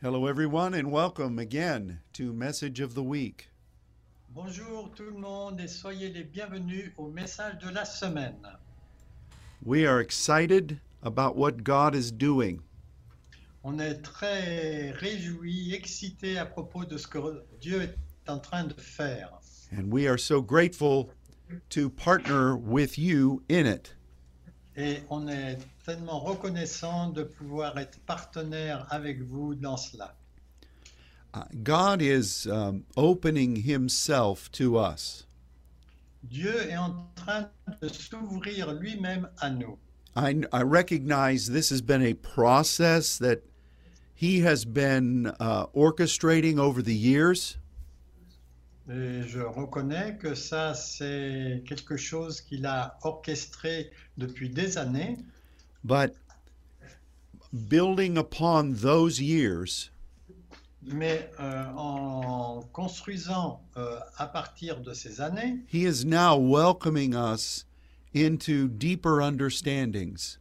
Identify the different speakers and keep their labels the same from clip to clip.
Speaker 1: Hello, everyone, and welcome again to Message of the Week.
Speaker 2: Bonjour tout le monde et soyez les bienvenus au message de la semaine.
Speaker 1: We are excited about what God is doing.
Speaker 2: On est très réjouis, excités à propos de ce que Dieu est en train de faire.
Speaker 1: And we are so grateful to partner with you in it.
Speaker 2: Et on est tellement reconnaissant de pouvoir être partenaire avec vous dans cela.
Speaker 1: Uh, God is um, opening Himself to us.
Speaker 2: Dieu est en train de s'ouvrir lui-même à nous.
Speaker 1: I, I recognize this has been a process that He has been uh, orchestrating over the years,
Speaker 2: Et je reconnais que ça, c'est quelque chose qu'il a orchestré depuis des années,
Speaker 1: but building upon those years,
Speaker 2: mais euh, en construisant euh, à partir de ces années,
Speaker 1: He is now welcoming us into deeper understandings.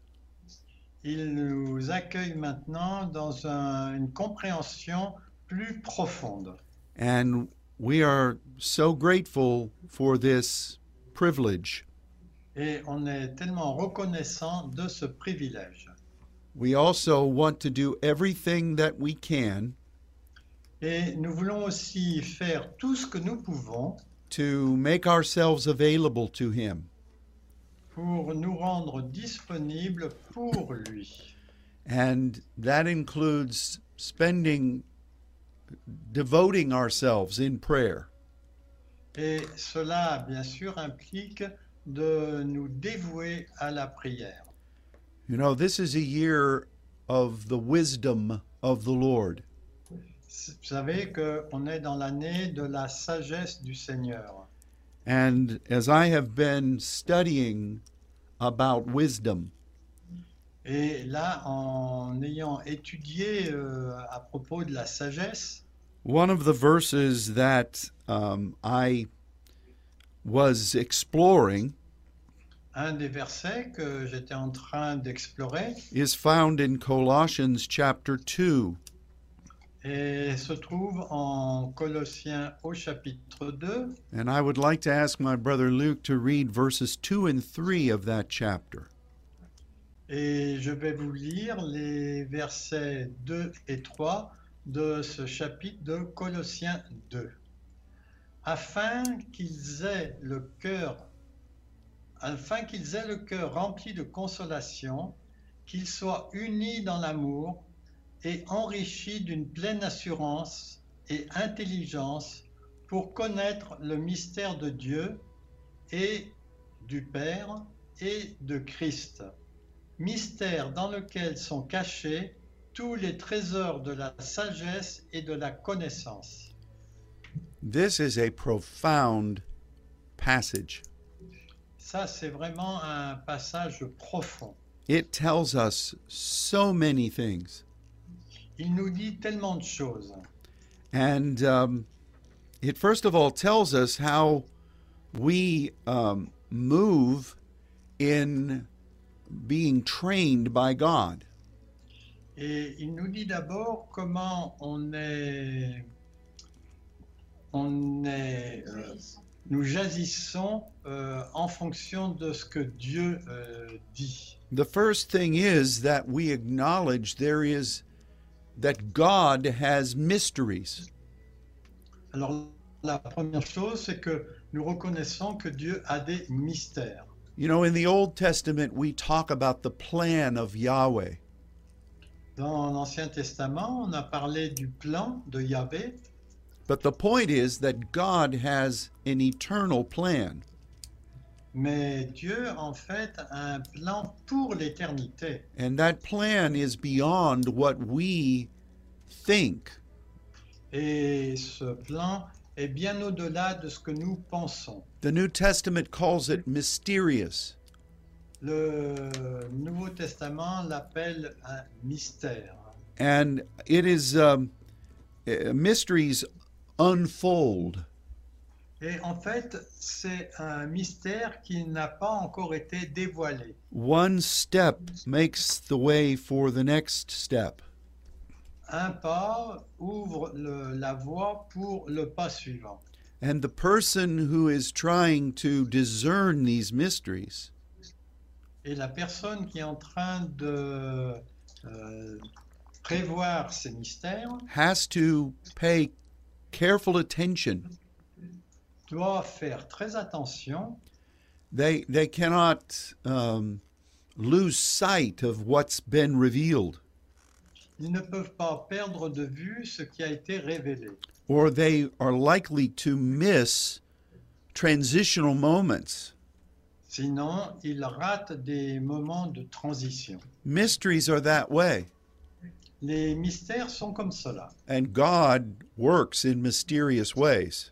Speaker 2: Il nous accueille maintenant dans un- une compréhension plus profonde.
Speaker 1: And we are so grateful for this privilege.
Speaker 2: Et on est tellement reconnaissant de ce privilège.
Speaker 1: We also want to do everything that we can
Speaker 2: Et nous voulons aussi faire tout ce que nous pouvons
Speaker 1: to make ourselves available to Him.
Speaker 2: pour nous rendre disponibles pour lui.
Speaker 1: And that includes spending, devoting ourselves in prayer.
Speaker 2: Et cela, bien sûr, implique de nous dévouer à la prière.
Speaker 1: You know, this is a year of the wisdom of the Lord.
Speaker 2: Vous savez qu'on est dans l'année de la sagesse du Seigneur.
Speaker 1: And as I have been studying about wisdom,
Speaker 2: Et là, en ayant étudié euh, à propos de la sagesse,
Speaker 1: one of the verses that um, I was exploring
Speaker 2: un des versets que j'étais en train d'explorer
Speaker 1: is found in Colossians chapter 2.
Speaker 2: et se trouve en Colossiens au chapitre 2.
Speaker 1: And I would like to ask my brother Luke to read verses 2 and 3 of that chapter.
Speaker 2: Et je vais vous lire les versets 2 et 3 de ce chapitre de Colossiens 2. Afin qu'ils aient le cœur afin qu'ils aient le cœur rempli de consolation, qu'ils soient unis dans l'amour et enrichis d'une pleine assurance et intelligence pour connaître le mystère de Dieu et du Père et de Christ mystère dans lequel sont cachés tous les trésors de la sagesse et de la connaissance.
Speaker 1: This is a profound passage.
Speaker 2: Ça, c'est vraiment un passage profond.
Speaker 1: It tells us so many things.
Speaker 2: Il nous dit tellement de choses.
Speaker 1: And um, it first of all tells us how we um, move in being trained by God.
Speaker 2: Et il nous dit d'abord comment on est, on est, euh, nous jasissons euh, en fonction de ce que Dieu euh, dit.
Speaker 1: The first thing is that we acknowledge there is that God has mysteries.
Speaker 2: Alors, la première chose, c'est que nous reconnaissons que Dieu a des mystères.
Speaker 1: You know, in the Old Testament, we talk about the plan of Yahweh,
Speaker 2: Dans l'Ancien Testament, on a parlé du plan de Yahvé,
Speaker 1: but the point is that God has an eternal plan.
Speaker 2: mais Dieu en fait a un plan pour l'éternité.
Speaker 1: And that plan is beyond what we think.
Speaker 2: Et ce plan est bien au-delà de ce que nous pensons.
Speaker 1: The New Testament calls it mysterious.
Speaker 2: Le Nouveau Testament l'appelle un mystère.
Speaker 1: And it is um, uh, mysteries unfold.
Speaker 2: Et en fait, c'est un mystère qui n'a pas encore été dévoilé.
Speaker 1: One step makes the way for the next step.
Speaker 2: un pas ouvre le- la voie pour le pas suivant.
Speaker 1: And the person who is trying to discern these mysteries
Speaker 2: Et la personne qui est en train de euh, prévoir ces mystères
Speaker 1: has to pay careful attention.
Speaker 2: doit faire très attention
Speaker 1: They, they cannot um, lose sight of what's been revealed,
Speaker 2: Ils ne peuvent pas perdre de vue ce qui a été révélé.
Speaker 1: or they are likely to miss transitional moments.
Speaker 2: Sinon, ils ratent des moments de transition.
Speaker 1: Mysteries are that way,
Speaker 2: Les mystères sont comme cela.
Speaker 1: and God works in mysterious ways.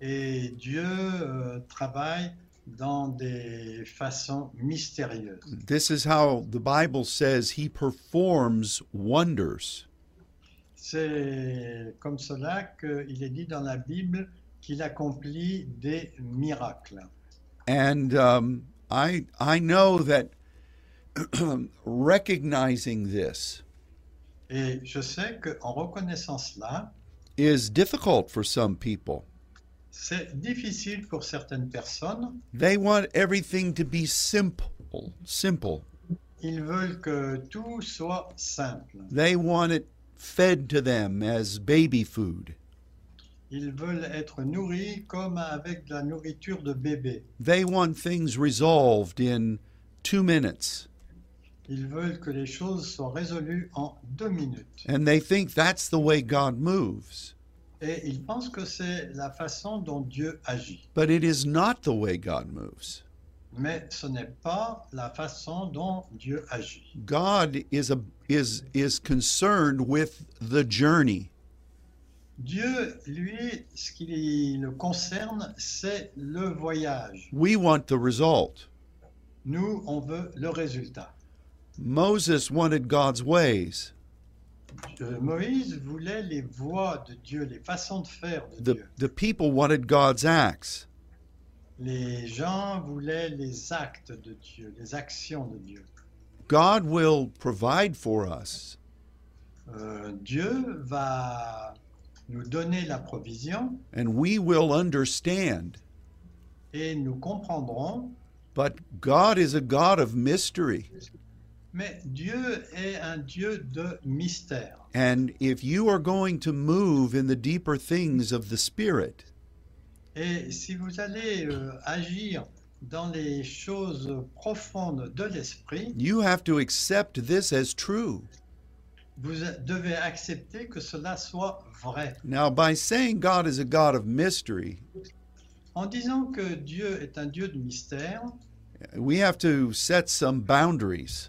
Speaker 2: Et Dieu euh, travaille dans des façons mystérieuses.
Speaker 1: This is how the Bible says He performs wonders.
Speaker 2: C'est comme cela qu'il est dit dans la Bible qu'il accomplit des miracles.
Speaker 1: And um, I I know that recognizing this
Speaker 2: Et je sais qu'en reconnaissant cela,
Speaker 1: is difficult for some people.
Speaker 2: c'est difficile pour certaines personnes
Speaker 1: They want everything to be simple, simple.
Speaker 2: Ils veulent que tout soit simple.
Speaker 1: They want it fed to them as baby food.
Speaker 2: Ils veulent être nourris comme avec de la nourriture de bébé.
Speaker 1: They want things resolved in two minutes,
Speaker 2: Ils veulent que les choses soient résolues en deux minutes.
Speaker 1: and they think that's the way God moves.
Speaker 2: Et ils pensent que c'est la façon dont Dieu agit.
Speaker 1: But it is not the way God moves.
Speaker 2: Mais ce n'est pas la façon dont Dieu agit.
Speaker 1: God is a is is concerned with the journey.
Speaker 2: Dieu, lui, ce qui le concerne, c'est le voyage.
Speaker 1: We want the result.
Speaker 2: Nous, on veut le résultat.
Speaker 1: Moses wanted God's ways.
Speaker 2: Euh, Moïse voulait les voies de Dieu, les façons de faire de
Speaker 1: The,
Speaker 2: Dieu.
Speaker 1: the people wanted God's acts.
Speaker 2: Les gens voulaient les actes de Dieu, les actions de Dieu.
Speaker 1: God will provide for us,
Speaker 2: Euh, Dieu va nous donner la provision
Speaker 1: and we will understand.
Speaker 2: et nous comprendrons,
Speaker 1: But God is a God of mystery.
Speaker 2: mais Dieu est un Dieu de mystère.
Speaker 1: And if you are going to move in the deeper things of the Spirit,
Speaker 2: Et si vous allez euh, agir dans les choses profondes de l'esprit,
Speaker 1: you have to accept this as true.
Speaker 2: vous devez accepter que cela soit vrai.
Speaker 1: Now, by saying God is a God of mystery,
Speaker 2: En disant que Dieu est un Dieu de mystère,
Speaker 1: we have to set some boundaries.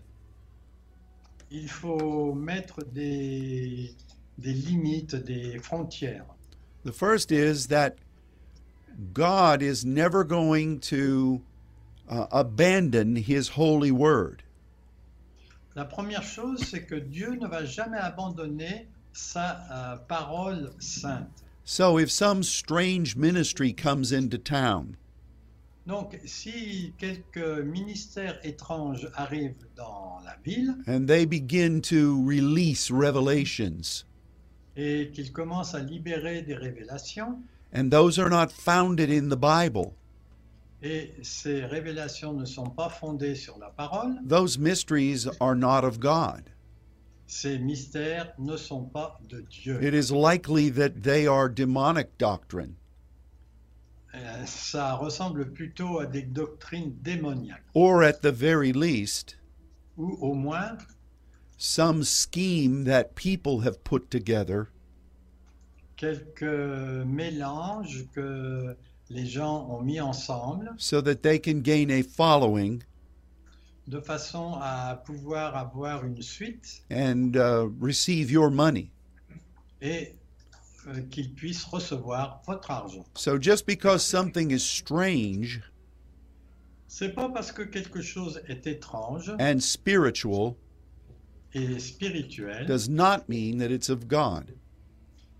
Speaker 2: Il faut mettre des, des limites, des frontières.
Speaker 1: The first is that God is never going to uh, abandon his holy word.
Speaker 2: La première chose, c'est que Dieu ne va jamais abandonner sa euh, parole sainte.
Speaker 1: So if some strange ministry comes into town,
Speaker 2: Donc, si quelques ministères étranges arrivent dans la ville
Speaker 1: and they begin to release revelations,
Speaker 2: et qu'ils commencent à libérer des révélations,
Speaker 1: and those are not founded in the Bible,
Speaker 2: et ces révélations ne sont pas fondées sur la parole,
Speaker 1: those mysteries are not of God.
Speaker 2: ces mystères ne sont pas de Dieu.
Speaker 1: It is likely that they are demonic doctrine.
Speaker 2: Euh, ça ressemble plutôt à des doctrines démoniaques.
Speaker 1: Or, at the very least,
Speaker 2: ou au moins
Speaker 1: some scheme that people have put together
Speaker 2: quelques mélanges que les gens ont mis ensemble
Speaker 1: so that they can gain a following
Speaker 2: de façon à pouvoir avoir une suite
Speaker 1: and uh, receive your money.
Speaker 2: et euh, qu'ils puissent recevoir votre argent.
Speaker 1: So just because something is strange
Speaker 2: C'est pas parce que quelque chose est étrange
Speaker 1: and spiritual
Speaker 2: et spirituel,
Speaker 1: does not mean that it's of God.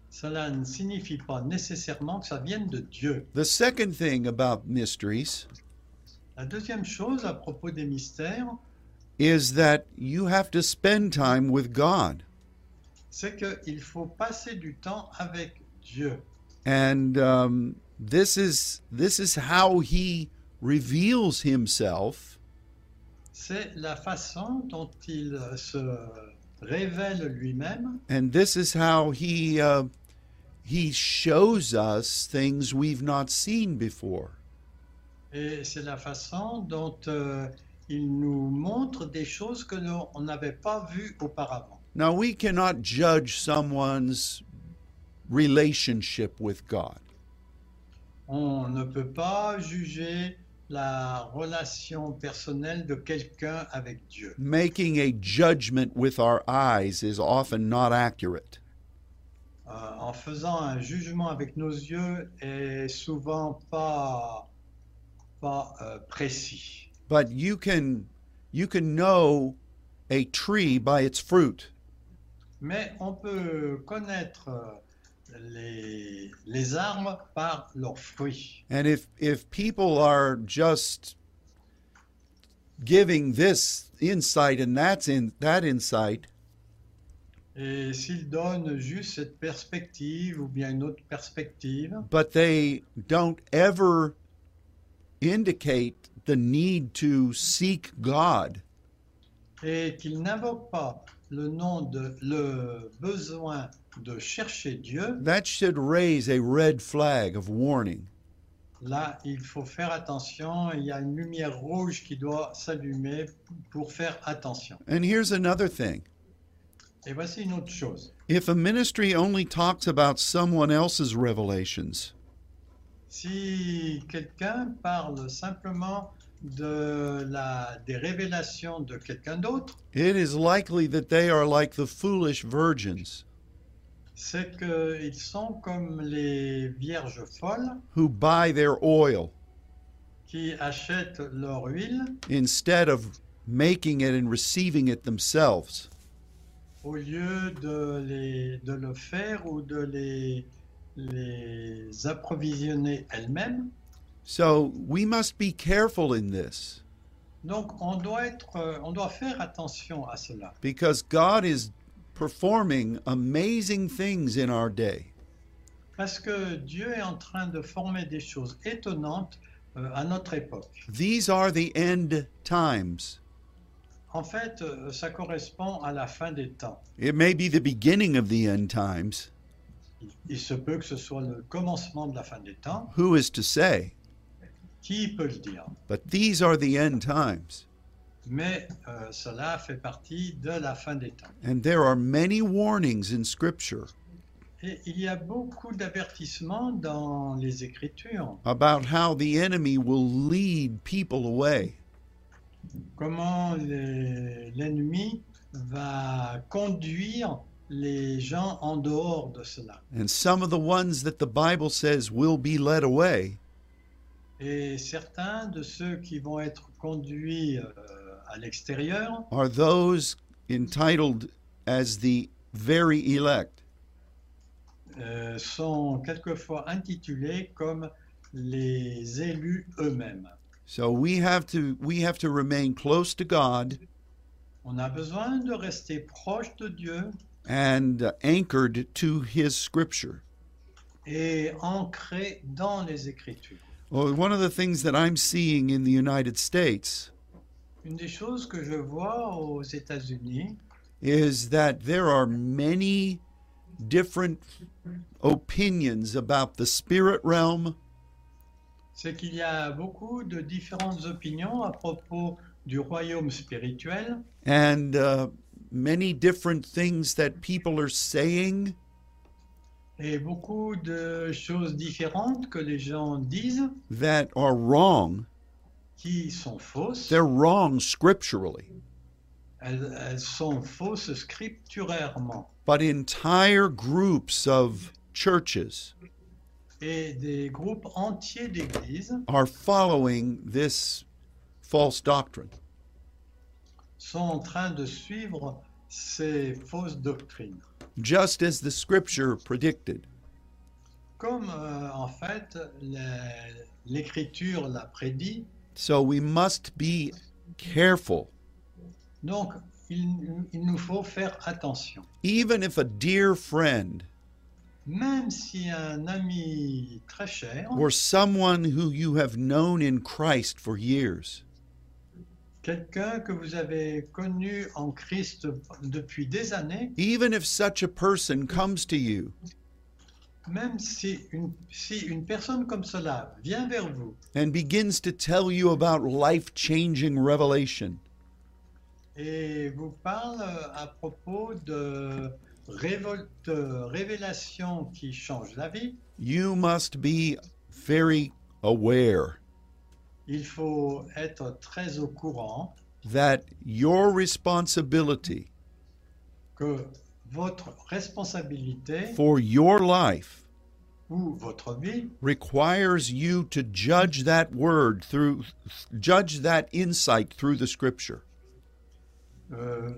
Speaker 2: cela ne signifie pas nécessairement que ça vienne de Dieu.
Speaker 1: The second thing about mysteries
Speaker 2: La deuxième chose à propos des mystères,
Speaker 1: is that you have to spend time with God.
Speaker 2: c'est qu'il faut passer du temps avec Dieu.
Speaker 1: And um, this is this is how he reveals himself
Speaker 2: C'est la façon dont il se révèle lui-même
Speaker 1: and this is how he uh, he shows us things we've not seen before.
Speaker 2: et c'est la façon dont euh, il nous montre des choses que l'on on n'avait pas vues auparavant.
Speaker 1: Now we cannot judge someone's relationship with God.
Speaker 2: On ne peut pas juger la relation personnelle de quelqu'un avec Dieu.
Speaker 1: Making a judgment with our eyes is often not accurate.
Speaker 2: Euh, en faisant un jugement avec nos yeux est souvent pas, pas euh, précis.
Speaker 1: But you can you can know a tree by its fruit.
Speaker 2: Mais on peut connaître euh, les, les arbres par leurs fruits.
Speaker 1: And if if people are just giving this insight and that's in that insight,
Speaker 2: Et s'ils donnent juste cette perspective ou bien une autre perspective,
Speaker 1: but they don't ever indicate the need to seek God,
Speaker 2: et qu'ils n'invoquent pas le nom de le besoin de chercher Dieu,
Speaker 1: that should raise a red flag of warning.
Speaker 2: là il faut faire attention. Il y a une lumière rouge qui doit s'allumer pour faire attention.
Speaker 1: And here's another thing.
Speaker 2: Et voici une autre chose.
Speaker 1: If a ministry only talks about someone else's revelations,
Speaker 2: Si quelqu'un parle simplement de la des révélations de quelqu'un d'autre,
Speaker 1: it is likely that they are like the foolish virgins
Speaker 2: c'est qu'ils sont comme les vierges folles
Speaker 1: who buy their oil
Speaker 2: qui achètent leur huile
Speaker 1: instead of making it and receiving it themselves.
Speaker 2: au lieu de, les, de le faire ou de les, les approvisionner elles-mêmes.
Speaker 1: So we must be careful in this
Speaker 2: Donc on doit, être, euh, on doit faire attention à cela
Speaker 1: because God is performing amazing things in our day.
Speaker 2: parce que Dieu est en train de former des choses étonnantes euh, à notre époque.
Speaker 1: These are the end times.
Speaker 2: En fait, euh, ça correspond à la fin des temps.
Speaker 1: It may be the beginning of the end times.
Speaker 2: Il- Il se peut que ce soit le commencement de la fin des temps.
Speaker 1: Who is to say?
Speaker 2: Qui peut le dire
Speaker 1: But these are the end times.
Speaker 2: Mais euh, cela fait partie de la fin des temps.
Speaker 1: And there are many warnings in Scripture
Speaker 2: Et il y a beaucoup d'avertissements dans les Écritures.
Speaker 1: about how the enemy will lead people away.
Speaker 2: Comment les- l'ennemi va conduire les gens en dehors de cela.
Speaker 1: And some of the ones that the Bible says will be led away
Speaker 2: Et certains de ceux qui vont être conduits euh, à l'extérieur
Speaker 1: are those entitled as the very elect.
Speaker 2: euh, sont quelquefois intitulés comme les élus eux-mêmes.
Speaker 1: So we have to we have to remain close to God
Speaker 2: On a besoin de rester proche de Dieu
Speaker 1: and uh, anchored to his scripture.
Speaker 2: et ancré dans les Écritures.
Speaker 1: Well, one of the things that I'm seeing in the United States
Speaker 2: Une des choses que je vois aux États-Unis,
Speaker 1: is that there are many different opinions about the spirit realm
Speaker 2: c'est qu'il y a beaucoup de différentes opinions à propos du royaume spirituel
Speaker 1: and uh, many different things that people are saying
Speaker 2: et beaucoup de choses différentes que les gens disent
Speaker 1: that are wrong.
Speaker 2: qui sont fausses.
Speaker 1: They're wrong scripturally,
Speaker 2: Elles, elles sont fausses scripturairement.
Speaker 1: but entire groups of churches
Speaker 2: Et des groupes entiers d'églises
Speaker 1: are following this false doctrine.
Speaker 2: sont en train de suivre ces fausses doctrines.
Speaker 1: just as the scripture predicted.
Speaker 2: Comme euh, en fait la- l'Écriture l'a prédit,
Speaker 1: So we must be careful
Speaker 2: Donc, il, il nous faut faire attention.
Speaker 1: Even if a dear friend
Speaker 2: Même si un ami très cher,
Speaker 1: or someone who you have known in Christ for years
Speaker 2: quelqu'un que vous avez connu en Christ depuis des années,
Speaker 1: Even if such a person comes to you
Speaker 2: même si une, si une personne comme cela vient vers vous
Speaker 1: and begins to tell you about life changing revelation,
Speaker 2: et vous parle euh, à propos de, révol- de révélations qui changent la vie,
Speaker 1: you must be very aware
Speaker 2: il faut être très au courant
Speaker 1: that your responsibility
Speaker 2: que votre responsabilité
Speaker 1: for your life
Speaker 2: ou votre vie
Speaker 1: requires you to judge that word through judge that insight through the scripture
Speaker 2: euh,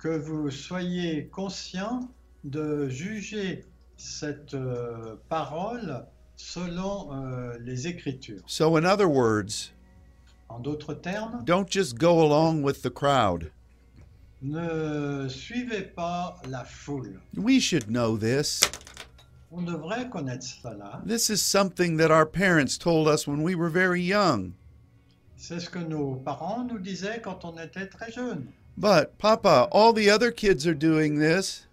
Speaker 2: que vous soyez conscient de juger cette euh, parole selon euh, les Écritures.
Speaker 1: so in other words
Speaker 2: En d'autres termes,
Speaker 1: don't just go along with the crowd
Speaker 2: ne suivez pas la foule.
Speaker 1: we should know this
Speaker 2: On devrait connaître cela.
Speaker 1: this is something that our parents told us when we were very young
Speaker 2: C'est ce que nos parents nous disaient quand on était très jeunes.
Speaker 1: but papa all the other kids are doing this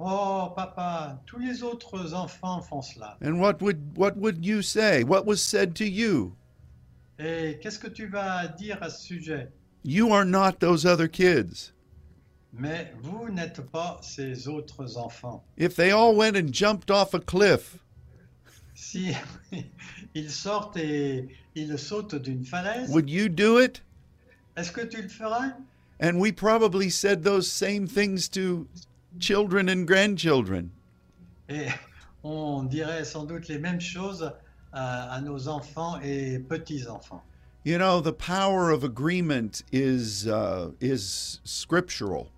Speaker 2: Oh papa, tous les autres enfants font cela.
Speaker 1: and what would what would you say what was said to you
Speaker 2: Et qu'est-ce que tu vas dire à ce sujet
Speaker 1: you are not those other kids
Speaker 2: Mais vous n'êtes pas ces autres enfants.
Speaker 1: if they all went and jumped off a cliff
Speaker 2: Si ils sortent et ils sautent d'une falaise,
Speaker 1: would you do it
Speaker 2: est-ce que tu le feras
Speaker 1: And we probably said those same things to children and grandchildren.
Speaker 2: Et on dirait sans doute les mêmes choses à, à nos enfants et petits-enfants.
Speaker 1: You know, the power of agreement is uh, is scriptural.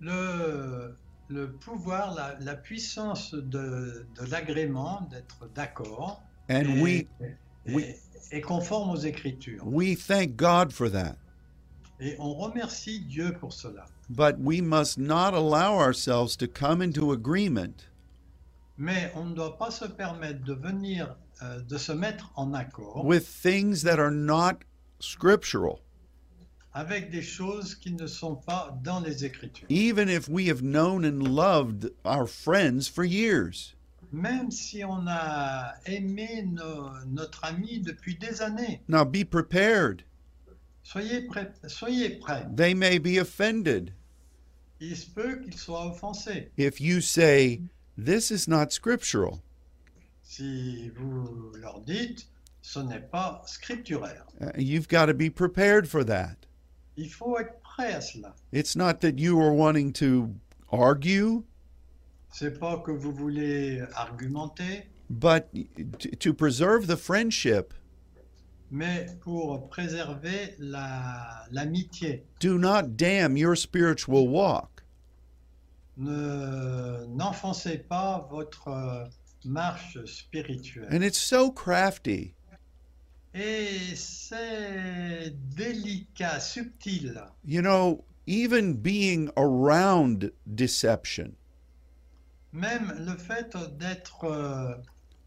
Speaker 2: Le, le pouvoir, la, la puissance de, de l'agrément, d'être d'accord,
Speaker 1: And we
Speaker 2: est-
Speaker 1: Eh oui.
Speaker 2: est conforme aux Écritures.
Speaker 1: we thank God for that.
Speaker 2: Et on remercie Dieu pour cela.
Speaker 1: But we must not allow ourselves to come into agreement
Speaker 2: Mais on ne doit pas se permettre de venir, euh, de se mettre en accord
Speaker 1: with things that are not scriptural,
Speaker 2: avec des choses qui ne sont pas dans les Écritures.
Speaker 1: even if we have known and loved our friends for years.
Speaker 2: Même si on a aimé no- notre ami depuis des années,
Speaker 1: Now be prepared.
Speaker 2: soyez prêts. Soyez prêts.
Speaker 1: They may be offended
Speaker 2: Il se peut qu'ils soient offensés.
Speaker 1: if you say, This is not scriptural.
Speaker 2: Si vous leur dites, ce n'est pas scripturaire.
Speaker 1: Uh, you've got to be prepared for that.
Speaker 2: Il faut être prêt à cela.
Speaker 1: It's not that you are wanting to argue,
Speaker 2: C'est pas que vous voulez argumenter,
Speaker 1: but t- to preserve the friendship,
Speaker 2: mais pour préserver la- l'amitié.
Speaker 1: do not damn your spiritual walk.
Speaker 2: ne n'enfoncez pas votre euh, marche spirituelle.
Speaker 1: And it's so crafty.
Speaker 2: Et c'est délicat, subtil,
Speaker 1: You know, even being around deception,
Speaker 2: même le fait d'être euh,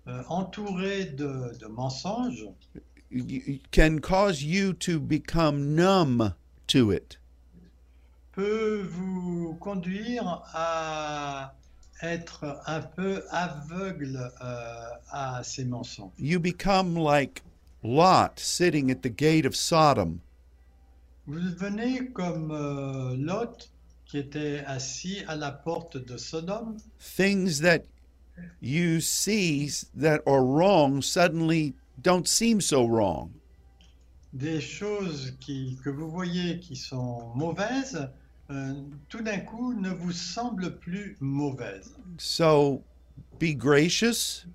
Speaker 2: euh, entouré de, de mensonges
Speaker 1: y- y- can cause you to become numb to it.
Speaker 2: peut vous conduire à être un peu aveugle euh, à ces mensonges.
Speaker 1: You become like Lot sitting at the gate of Sodom.
Speaker 2: Vous devenez comme euh, Lot qui était assis à la porte de Sodome
Speaker 1: things that you see that are wrong suddenly don't seem so wrong.
Speaker 2: des choses qui, que vous voyez qui sont mauvaises, euh, tout d'un coup ne vous semblent plus mauvaises.
Speaker 1: So be gracious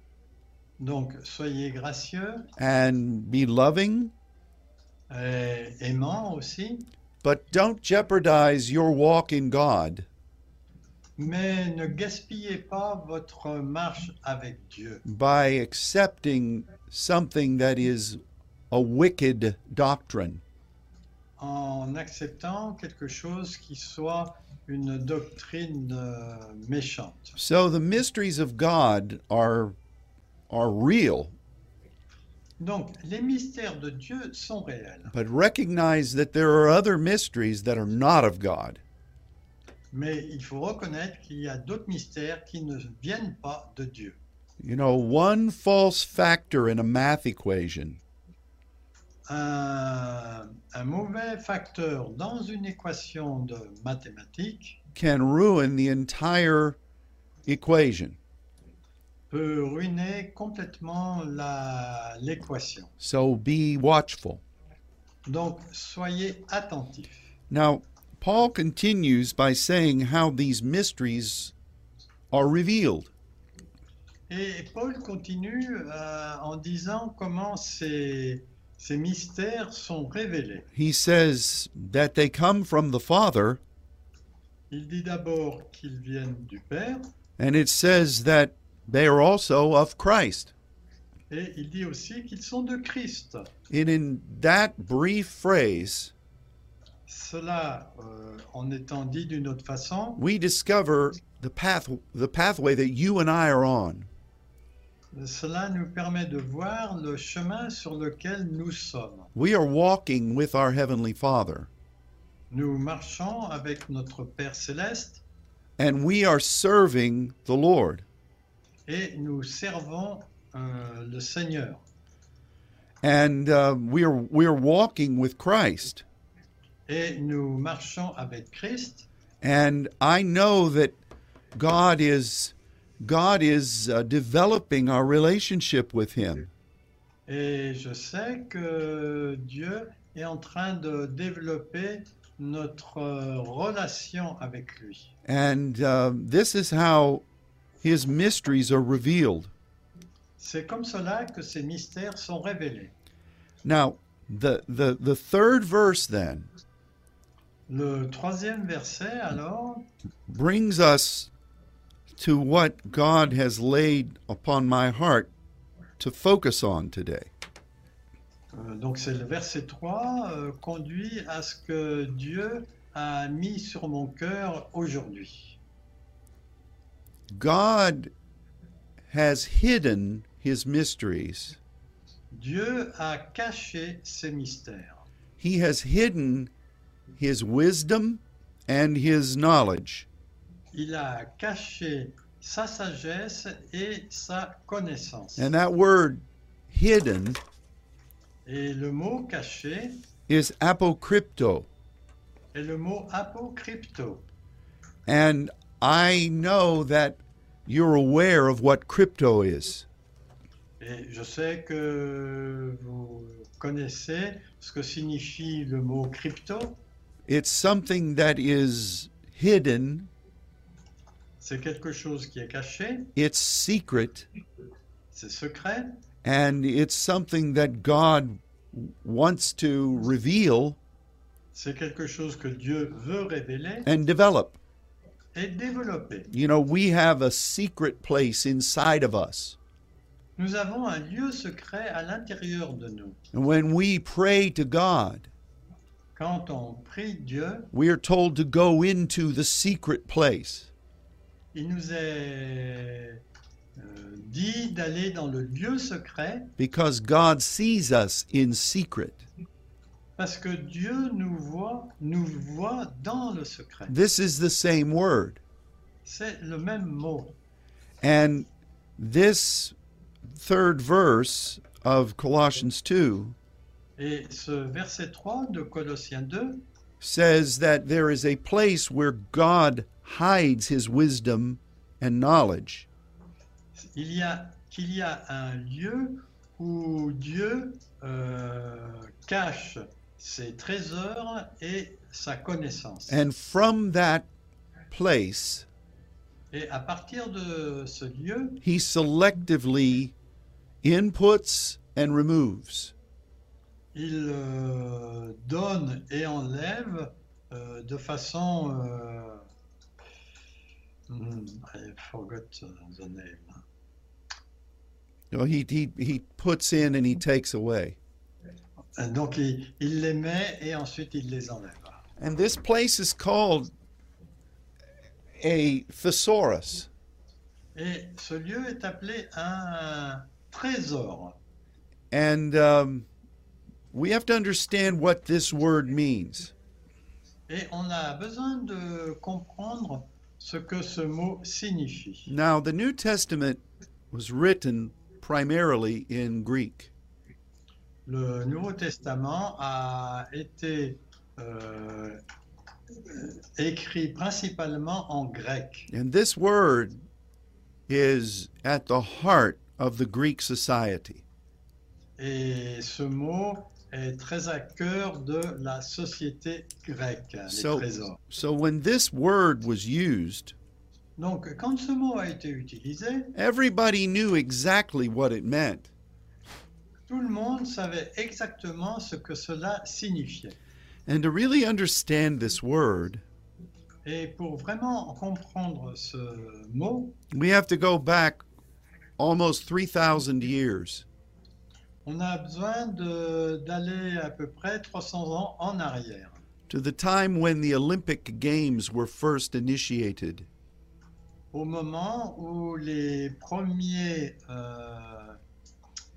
Speaker 2: Donc soyez gracieux,
Speaker 1: and be loving,
Speaker 2: et aimant aussi,
Speaker 1: but don't jeopardize your walk in God
Speaker 2: mais ne gaspillez pas votre marche avec Dieu
Speaker 1: by accepting something that is a wicked doctrine.
Speaker 2: en acceptant quelque chose qui soit une doctrine euh, méchante.
Speaker 1: So the mysteries of God are are real,
Speaker 2: Donc, les mystères de Dieu sont réels,
Speaker 1: but recognize that there are other mysteries that are not of God.
Speaker 2: mais il faut reconnaître qu'il y a d'autres mystères qui ne viennent pas de Dieu.
Speaker 1: You know, one false factor in a math equation
Speaker 2: Un, un mauvais facteur dans une équation de mathématiques
Speaker 1: can ruin the entire equation.
Speaker 2: peut ruiner complètement la- l'équation.
Speaker 1: So be watchful.
Speaker 2: Donc, soyez attentifs.
Speaker 1: Now, Paul continues by saying how these mysteries are revealed.
Speaker 2: Et Paul continue euh, en disant comment ces, ces mystères sont révélés.
Speaker 1: He says that they come from the Father,
Speaker 2: Il dit d'abord qu'ils viennent du Père,
Speaker 1: and it says that they are also of Christ.
Speaker 2: et il dit aussi qu'ils sont de Christ.
Speaker 1: And in that brief phrase,
Speaker 2: Cela, euh, en étant dit d'une autre façon,
Speaker 1: we discover the path the pathway that you and I are on.
Speaker 2: cela nous permet de voir le chemin sur lequel nous sommes.
Speaker 1: We are walking with our heavenly Father,
Speaker 2: Nous marchons avec notre Père céleste
Speaker 1: and we are serving the Lord.
Speaker 2: et nous servons euh, le Seigneur.
Speaker 1: And uh, we are we are walking with Christ.
Speaker 2: Et nous marchons avec Christ
Speaker 1: And I know that God is God is uh, developing our relationship with Him.
Speaker 2: Et je sais que Dieu est en train de développer notre euh, relation avec lui.
Speaker 1: And uh, this is how His mysteries are revealed.
Speaker 2: C'est comme cela que ces mystères sont révélés.
Speaker 1: Now, the the the third verse then
Speaker 2: Le troisième verset, alors,
Speaker 1: brings us to what God has laid upon my heart to focus on today.
Speaker 2: euh, donc c'est le verset 3, euh, conduit à ce que Dieu a mis sur mon cœur aujourd'hui.
Speaker 1: God has hidden His mysteries.
Speaker 2: Dieu a caché ces mystères.
Speaker 1: He has hidden his wisdom and his knowledge.
Speaker 2: Il a caché sa sagesse et sa connaissance.
Speaker 1: And that word hidden
Speaker 2: Et le mot caché,
Speaker 1: is apocrypto.
Speaker 2: et le mot apocrypto.
Speaker 1: And I know that you're aware of what crypto is.
Speaker 2: Et je sais que vous connaissez ce que signifie le mot crypto.
Speaker 1: It's something that is hidden,
Speaker 2: C'est quelque chose qui est caché,
Speaker 1: it's secret,
Speaker 2: c'est secret,
Speaker 1: and it's something that God wants to reveal
Speaker 2: c'est quelque chose que Dieu veut révéler
Speaker 1: and develop.
Speaker 2: et développer.
Speaker 1: You know, we have a secret place inside of us.
Speaker 2: Nous avons un lieu secret à l'intérieur de nous.
Speaker 1: And when we pray to God,
Speaker 2: Quand on prie Dieu,
Speaker 1: we are told to go into the secret place.
Speaker 2: il nous est euh, dit d'aller dans le lieu secret
Speaker 1: Because God sees us in secret.
Speaker 2: parce que Dieu nous voit, nous voit dans le secret.
Speaker 1: This is the same word.
Speaker 2: C'est le même mot.
Speaker 1: And this third verse of Colossians 2
Speaker 2: Et ce verset 3 de Colossiens 2
Speaker 1: says that there is a place where God hides his wisdom and knowledge.
Speaker 2: il y a qu'il y a un lieu où Dieu euh, cache ses trésors et sa connaissance.
Speaker 1: And from that place,
Speaker 2: Et à partir de ce lieu,
Speaker 1: he selectively inputs and removes.
Speaker 2: il euh, donne et enlève euh, de façon... euh, hmm, I forgot the name.
Speaker 1: You know, he, he, he puts in and he takes away.
Speaker 2: Donc il, il les met et ensuite il les enlève.
Speaker 1: And this place is called a thesaurus.
Speaker 2: Et ce lieu est appelé un trésor.
Speaker 1: And um, we have to understand what this word means.
Speaker 2: Et on a besoin de comprendre ce que ce mot signifie.
Speaker 1: Now, the New Testament was written primarily in Greek.
Speaker 2: Le Nouveau Testament a été euh, écrit principalement en grec.
Speaker 1: And this word is at the heart of the Greek society.
Speaker 2: Et ce mot est très à cœur de la société grecque, les
Speaker 1: So-
Speaker 2: trésors.
Speaker 1: So when this word was used,
Speaker 2: Donc, quand ce mot a été utilisé,
Speaker 1: everybody knew exactly what it meant.
Speaker 2: tout le monde savait exactement ce que cela signifiait.
Speaker 1: And to really understand this word,
Speaker 2: Et pour vraiment comprendre ce mot,
Speaker 1: we have to go back almost 3,000 years.
Speaker 2: on a besoin de- d'aller à peu près 300 ans en arrière,
Speaker 1: to the time when the Olympic Games were first initiated.
Speaker 2: au moment où les premiers, euh,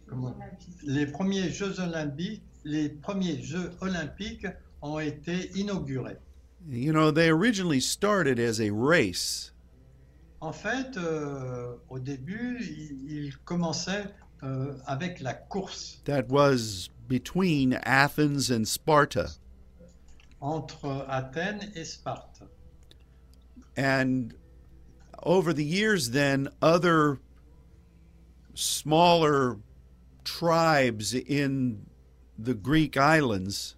Speaker 2: comment- les premiers Jeux olympiques, les premiers Jeux olympiques ont été inaugurés.
Speaker 1: You know, they originally started as a race,
Speaker 2: En fait, euh, au début, il, il commençait euh, avec la course
Speaker 1: that was between Athens and Sparta.
Speaker 2: entre Athènes et Sparte.
Speaker 1: And over the years, then, other smaller tribes in the Greek islands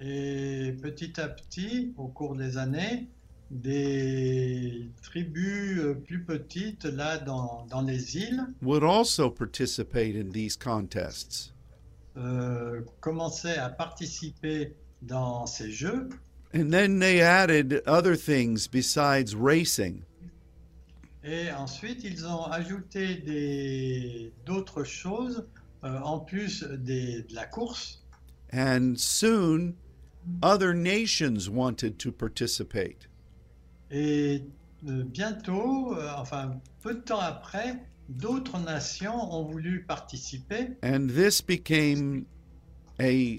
Speaker 2: Et petit à petit, au cours des années, des tribus euh, plus petites, là, dans, dans les îles,
Speaker 1: would also participate in these contests.
Speaker 2: euh, commençaient à participer dans ces jeux.
Speaker 1: And then they added other things besides racing.
Speaker 2: Et ensuite, ils ont ajouté des- d'autres choses, euh, en plus des- de la course.
Speaker 1: And soon, other nations wanted to participate.
Speaker 2: Et euh, bientôt, euh, enfin peu de temps après, d'autres nations ont voulu participer
Speaker 1: And this became a,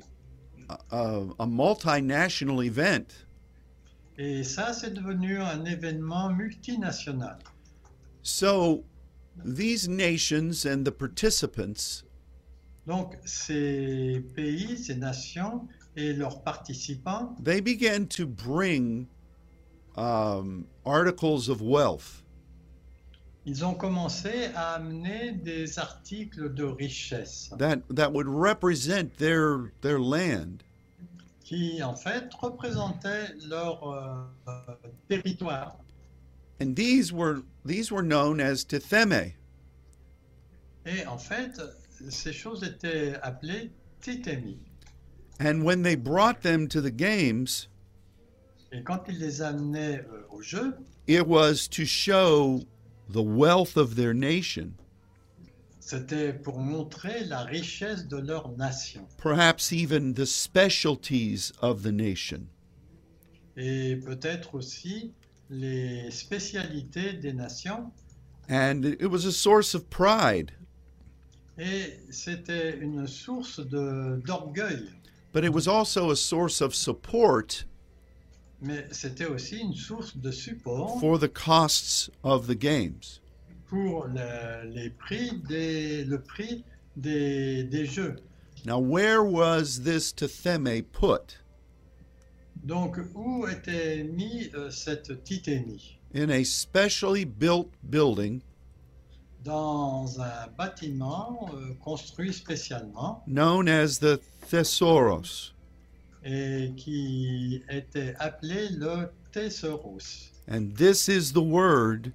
Speaker 1: a, a multinational event.
Speaker 2: et ça, c'est devenu un événement multinational.
Speaker 1: So these nations and the participants
Speaker 2: Donc ces pays, ces nations et leurs participants,
Speaker 1: they began to bring um, articles of wealth
Speaker 2: ils ont commencé à amener des articles de richesse
Speaker 1: that, that would represent their their land.
Speaker 2: qui en fait représentaient leur euh, euh, territoire.
Speaker 1: And these were these were known as titheme.
Speaker 2: Et en fait, ces choses étaient appelées titémies.
Speaker 1: And when they brought them to the games,
Speaker 2: Et quand ils les amenaient euh, au jeu,
Speaker 1: it was to show the wealth of their nation.
Speaker 2: C'était pour montrer la richesse de leur nation
Speaker 1: perhaps even the specialties of the nation.
Speaker 2: et peut-être aussi les spécialités des nations.
Speaker 1: And it was a source of pride,
Speaker 2: Et c'était une source de- d'orgueil,
Speaker 1: but it was also a source of support
Speaker 2: mais c'était aussi une source de support
Speaker 1: for the costs of the games.
Speaker 2: pour le, les prix des, le prix des, des jeux.
Speaker 1: Now, where was this tetheme put?
Speaker 2: Donc, où était mis euh, cette titémie
Speaker 1: In a specially built building
Speaker 2: Dans un bâtiment euh, construit spécialement
Speaker 1: known as the Thesaurus.
Speaker 2: et qui était appelé le Tesseros.
Speaker 1: And this is the word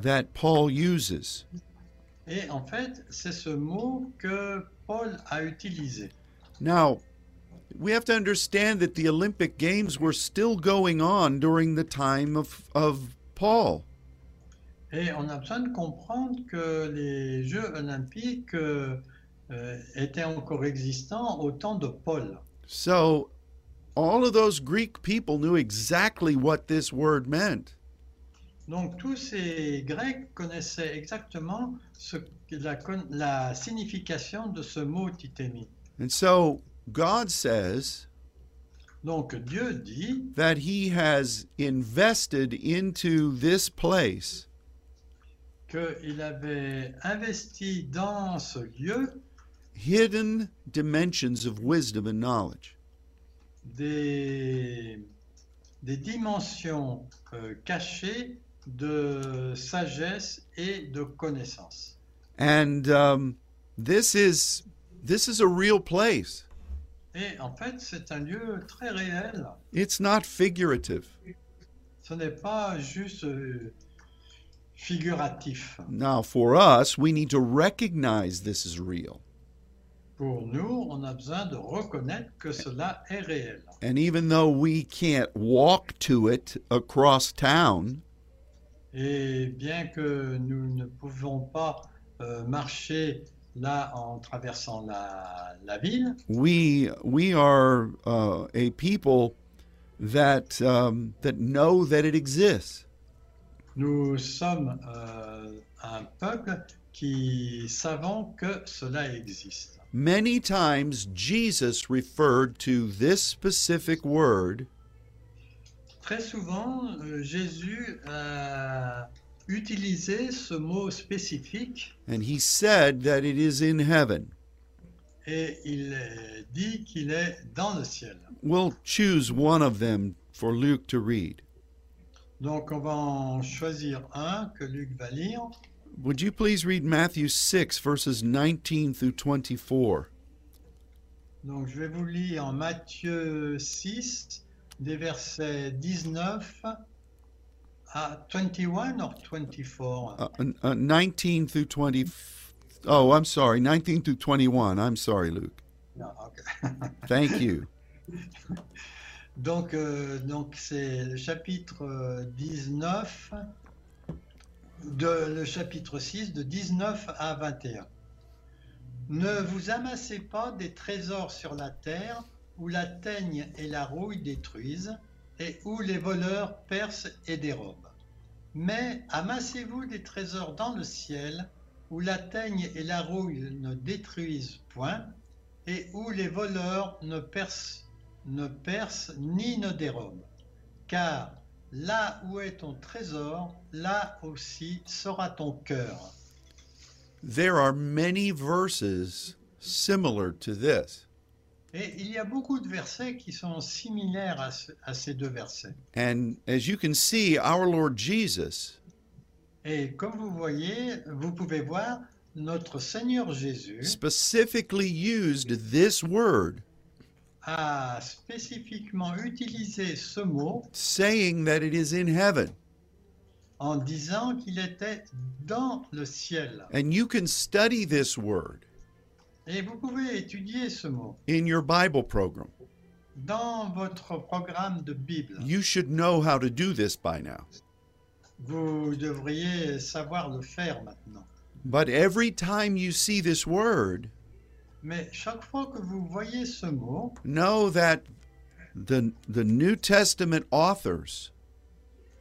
Speaker 1: that Paul uses.
Speaker 2: Et en fait, c'est ce mot que Paul a utilisé.
Speaker 1: Now, we have to understand that the Olympic Games were still going on during the time of, of Paul.
Speaker 2: Et on a besoin de comprendre que les Jeux olympiques euh, euh, étaient encore existants au temps de Paul.
Speaker 1: So all of those Greek people knew exactly what this word meant.
Speaker 2: Donc tous ces Grecs connaissaient exactement ce, que- la, con- la signification de ce mot titémie.
Speaker 1: And so God says
Speaker 2: Donc Dieu dit
Speaker 1: that he has invested into this place
Speaker 2: qu'il avait investi dans ce lieu
Speaker 1: hidden dimensions of wisdom and knowledge.
Speaker 2: des, des dimensions euh, cachées de sagesse et de connaissance.
Speaker 1: And um, this is this is a real place.
Speaker 2: Et en fait, c'est un lieu très réel.
Speaker 1: It's not figurative.
Speaker 2: Ce n'est pas juste euh, figuratif.
Speaker 1: Now for us, we need to recognize this is real.
Speaker 2: Pour nous, on a besoin de reconnaître que cela est réel.
Speaker 1: And even though we can't walk to it across town,
Speaker 2: Et bien que nous ne pouvons pas euh, marcher là en traversant la, la ville,
Speaker 1: we we are uh, a people that um, that know that it exists.
Speaker 2: nous sommes euh, un peuple qui savons que cela existe.
Speaker 1: Many times Jesus referred to this specific word
Speaker 2: Très souvent, euh, Jésus a utilisé ce mot spécifique
Speaker 1: and he said that it is in heaven.
Speaker 2: et il euh, dit qu'il est dans le ciel.
Speaker 1: We'll choose one of them for Luke to read.
Speaker 2: Donc on va en choisir un que Luc va lire.
Speaker 1: Would you please read Matthew 6 verses 19 through 24?
Speaker 2: Donc, je vais vous lire en Matthieu 6, des versets 19 à 21 ou 24.
Speaker 1: Uh, uh, 19 through 20 Oh, I'm sorry. 19 through 21. I'm sorry, Luke.
Speaker 2: Non, ok.
Speaker 1: Thank you.
Speaker 2: Donc, euh, donc c'est le chapitre euh, 19, de, le chapitre 6, de 19 à 21. Ne vous amassez pas des trésors sur la terre où la teigne et la rouille détruisent et où les voleurs percent et dérobent. Mais amassez-vous des trésors dans le ciel où la teigne et la rouille ne détruisent point et où les voleurs ne percent ne perce ni ne dérobe, car là où est ton trésor, là aussi sera ton cœur.
Speaker 1: There are many verses similar to this.
Speaker 2: Et il y a beaucoup de versets qui sont similaires à, ce- à ces deux versets.
Speaker 1: And as you can see, our Lord Jesus
Speaker 2: Et comme vous voyez, vous pouvez voir, notre Seigneur Jésus
Speaker 1: specifically used this word,
Speaker 2: a spécifiquement utilisé ce mot
Speaker 1: saying that it is in heaven.
Speaker 2: en disant qu'il était dans le ciel.
Speaker 1: And you can study this word
Speaker 2: Et vous pouvez étudier ce mot
Speaker 1: in your Bible program.
Speaker 2: dans votre programme de Bible.
Speaker 1: You should know how to do this by now.
Speaker 2: Vous devriez savoir le faire maintenant.
Speaker 1: But every time you see this word,
Speaker 2: Mais chaque fois que vous voyez ce mot,
Speaker 1: know that the the New Testament authors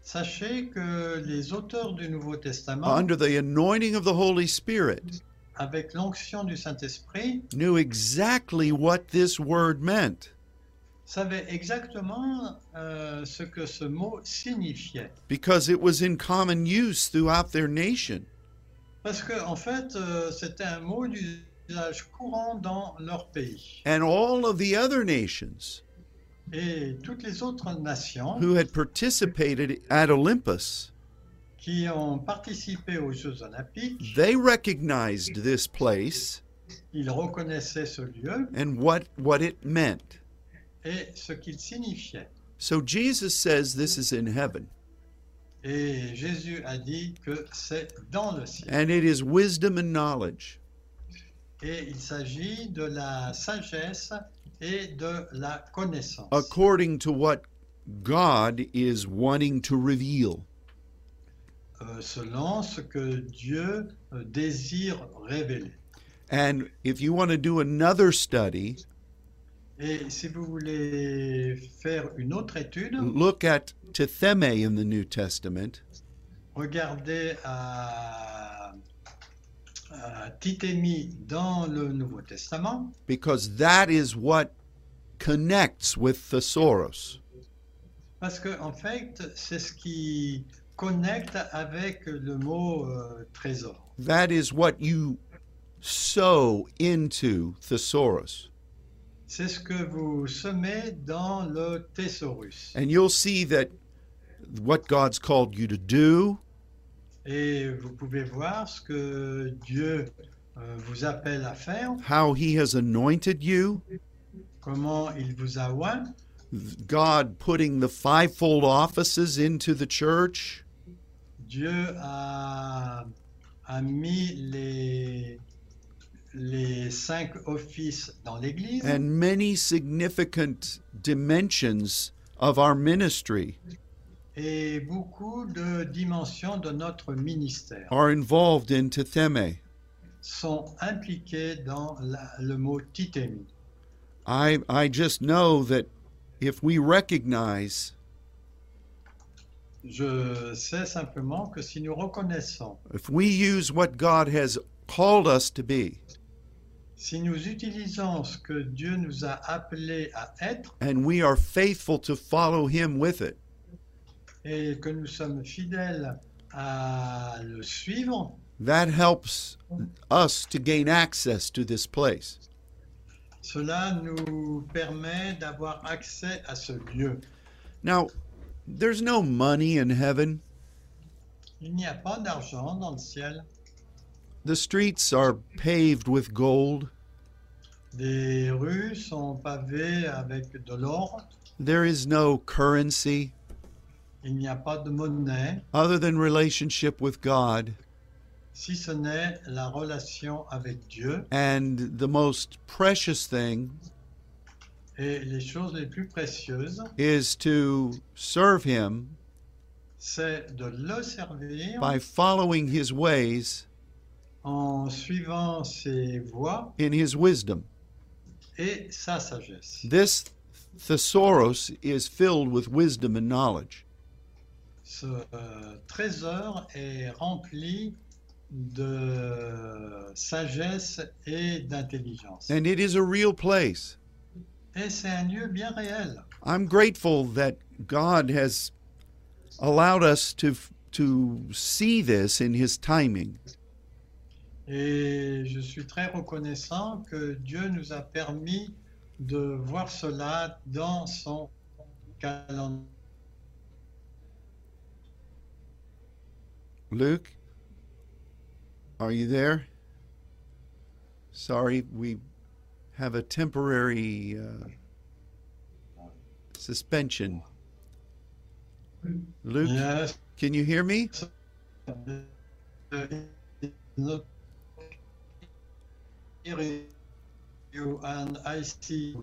Speaker 2: sachez que les auteurs du Nouveau Testament,
Speaker 1: under the anointing of the Holy Spirit
Speaker 2: avec l'onction du Saint-Esprit,
Speaker 1: knew exactly what this word meant
Speaker 2: savaient exactement euh, ce que ce mot signifiait.
Speaker 1: because it was in common use throughout their nation.
Speaker 2: Parce que, en fait, euh, c'était un mot d'usage courant dans leur pays.
Speaker 1: And all of the other nations
Speaker 2: Et toutes les autres nations
Speaker 1: who had participated at Olympus,
Speaker 2: qui ont participé aux Jeux Olympiques,
Speaker 1: they recognized this place
Speaker 2: ils reconnaissaient ce lieu
Speaker 1: and what what it meant.
Speaker 2: et ce qu'il signifiait.
Speaker 1: So Jesus says this is in heaven
Speaker 2: Et Jésus a dit que c'est dans le ciel.
Speaker 1: and it is wisdom and knowledge.
Speaker 2: Et il s'agit de la sagesse et de la connaissance,
Speaker 1: according to what God is wanting to reveal.
Speaker 2: euh, selon ce que Dieu euh, désire révéler.
Speaker 1: And if you want to do another study,
Speaker 2: Et si vous voulez faire une autre étude,
Speaker 1: look at tetheme in the New Testament
Speaker 2: regardez à, à Titémie dans le Nouveau Testament,
Speaker 1: because that is what connects with thesaurus.
Speaker 2: parce que en fait, c'est ce qui connecte avec le mot euh, trésor.
Speaker 1: That is what you sow into thesaurus.
Speaker 2: C'est ce que vous semez dans le thésaurus.
Speaker 1: And you'll see that what God's called you to do
Speaker 2: Et vous pouvez voir ce que Dieu euh, vous appelle à faire,
Speaker 1: how he has anointed you,
Speaker 2: comment il vous a oint,
Speaker 1: God putting the fivefold offices into the church,
Speaker 2: Dieu a, a mis les, les cinq offices dans l'Église
Speaker 1: and many significant dimensions of our ministry
Speaker 2: et beaucoup de dimensions de notre ministère
Speaker 1: are involved in Tetheme.
Speaker 2: sont impliquées dans la- le mot titémie.
Speaker 1: I, I just know that if we recognize,
Speaker 2: Je sais simplement que si nous reconnaissons,
Speaker 1: if we use what God has called us to be,
Speaker 2: si nous utilisons ce que Dieu nous a appelés à être
Speaker 1: and we are faithful to follow him with it,
Speaker 2: et que nous sommes fidèles à le suivre,
Speaker 1: that helps us to gain access to this place.
Speaker 2: Cela nous permet d'avoir accès à ce lieu.
Speaker 1: Now, there's no money in heaven.
Speaker 2: Il n'y a pas d'argent dans le ciel.
Speaker 1: The streets are paved with gold.
Speaker 2: Les rues sont pavées avec de l'or.
Speaker 1: There is no currency
Speaker 2: Il n'y a pas de monnaie,
Speaker 1: other than relationship with God
Speaker 2: si ce n'est la relation avec Dieu.
Speaker 1: and the most precious thing
Speaker 2: Et les choses les plus précieuses,
Speaker 1: is to serve him
Speaker 2: c'est de le servir
Speaker 1: by following his ways
Speaker 2: en suivant ses voies
Speaker 1: in his wisdom.
Speaker 2: et sa sagesse.
Speaker 1: This thesaurus is filled with wisdom and knowledge.
Speaker 2: Ce euh, trésor est rempli de sagesse et d'intelligence.
Speaker 1: And it is a real place.
Speaker 2: Et c'est un lieu bien réel.
Speaker 1: I'm grateful that God has allowed us to to see this in his timing.
Speaker 2: Et je suis très reconnaissant que Dieu nous a permis de voir cela dans son calendrier.
Speaker 1: Luke, are you there? Sorry, we have a temporary uh, suspension. Luke,
Speaker 2: Yes.
Speaker 1: can you hear me?
Speaker 2: You and I see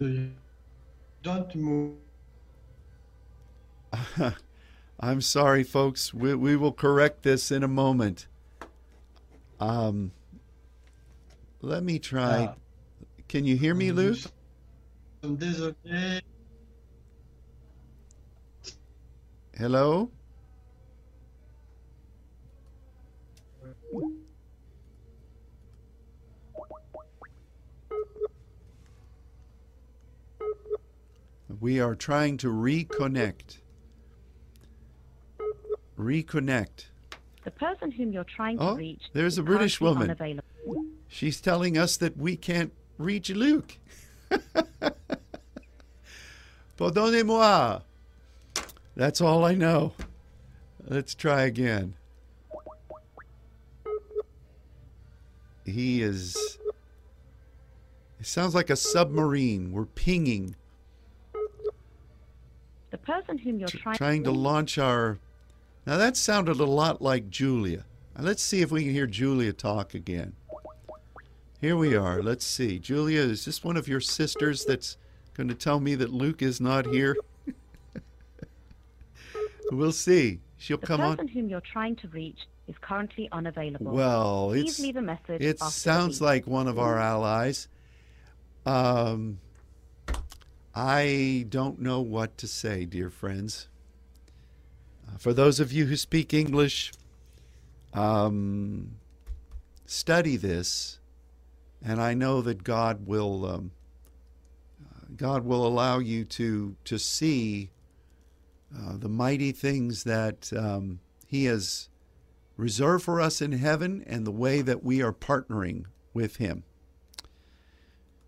Speaker 2: you. Don't move.
Speaker 1: I'm sorry, folks. We, we will correct this in a moment. Um, let me try.
Speaker 2: Ah.
Speaker 1: Can you hear me,
Speaker 2: Nous
Speaker 1: Luke?
Speaker 2: sommes désolés.
Speaker 1: Hello? We are trying to reconnect. Reconnect.
Speaker 3: The person whom you're trying
Speaker 1: Oh,
Speaker 3: to reach
Speaker 1: there's
Speaker 3: is
Speaker 1: a British
Speaker 3: currently
Speaker 1: woman.
Speaker 3: Unavailable.
Speaker 1: She's telling us that we can't reach Luke. Pardonnez-moi. That's all I know. Let's try again. He is. It sounds like a submarine. We're pinging,
Speaker 3: The person whom you're trying,
Speaker 1: trying to launch our. Now that sounded a lot like Julia. Now let's see if we can hear Julia talk again. Here we are. Let's see. Julia, is this one of your sisters that's going to tell me that Luke is not here? we'll see. She'll
Speaker 3: The
Speaker 1: come
Speaker 3: person
Speaker 1: on.
Speaker 3: whom you're trying to reach is currently unavailable.
Speaker 1: Well,
Speaker 3: Please
Speaker 1: it's
Speaker 3: leave a message.
Speaker 1: it
Speaker 3: after the
Speaker 1: sounds
Speaker 3: beep.
Speaker 1: like one of our allies. Um, I don't know what to say, dear friends. Uh, for those of you who speak English, um, study this, and I know that God will um, uh, God will allow you to to see uh, the mighty things that um, He has reserved for us in heaven and the way that we are partnering with Him.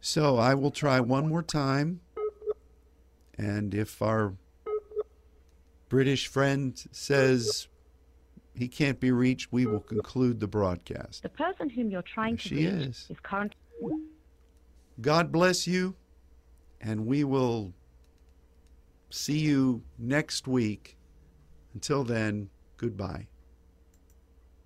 Speaker 1: So I will try one more time. And if our British friend says he can't be reached, we will conclude the broadcast.
Speaker 3: The person whom you're trying
Speaker 1: There
Speaker 3: to
Speaker 1: she
Speaker 3: reach
Speaker 1: is.
Speaker 3: currently.
Speaker 1: God bless you, and we will see you next week. Until then, goodbye.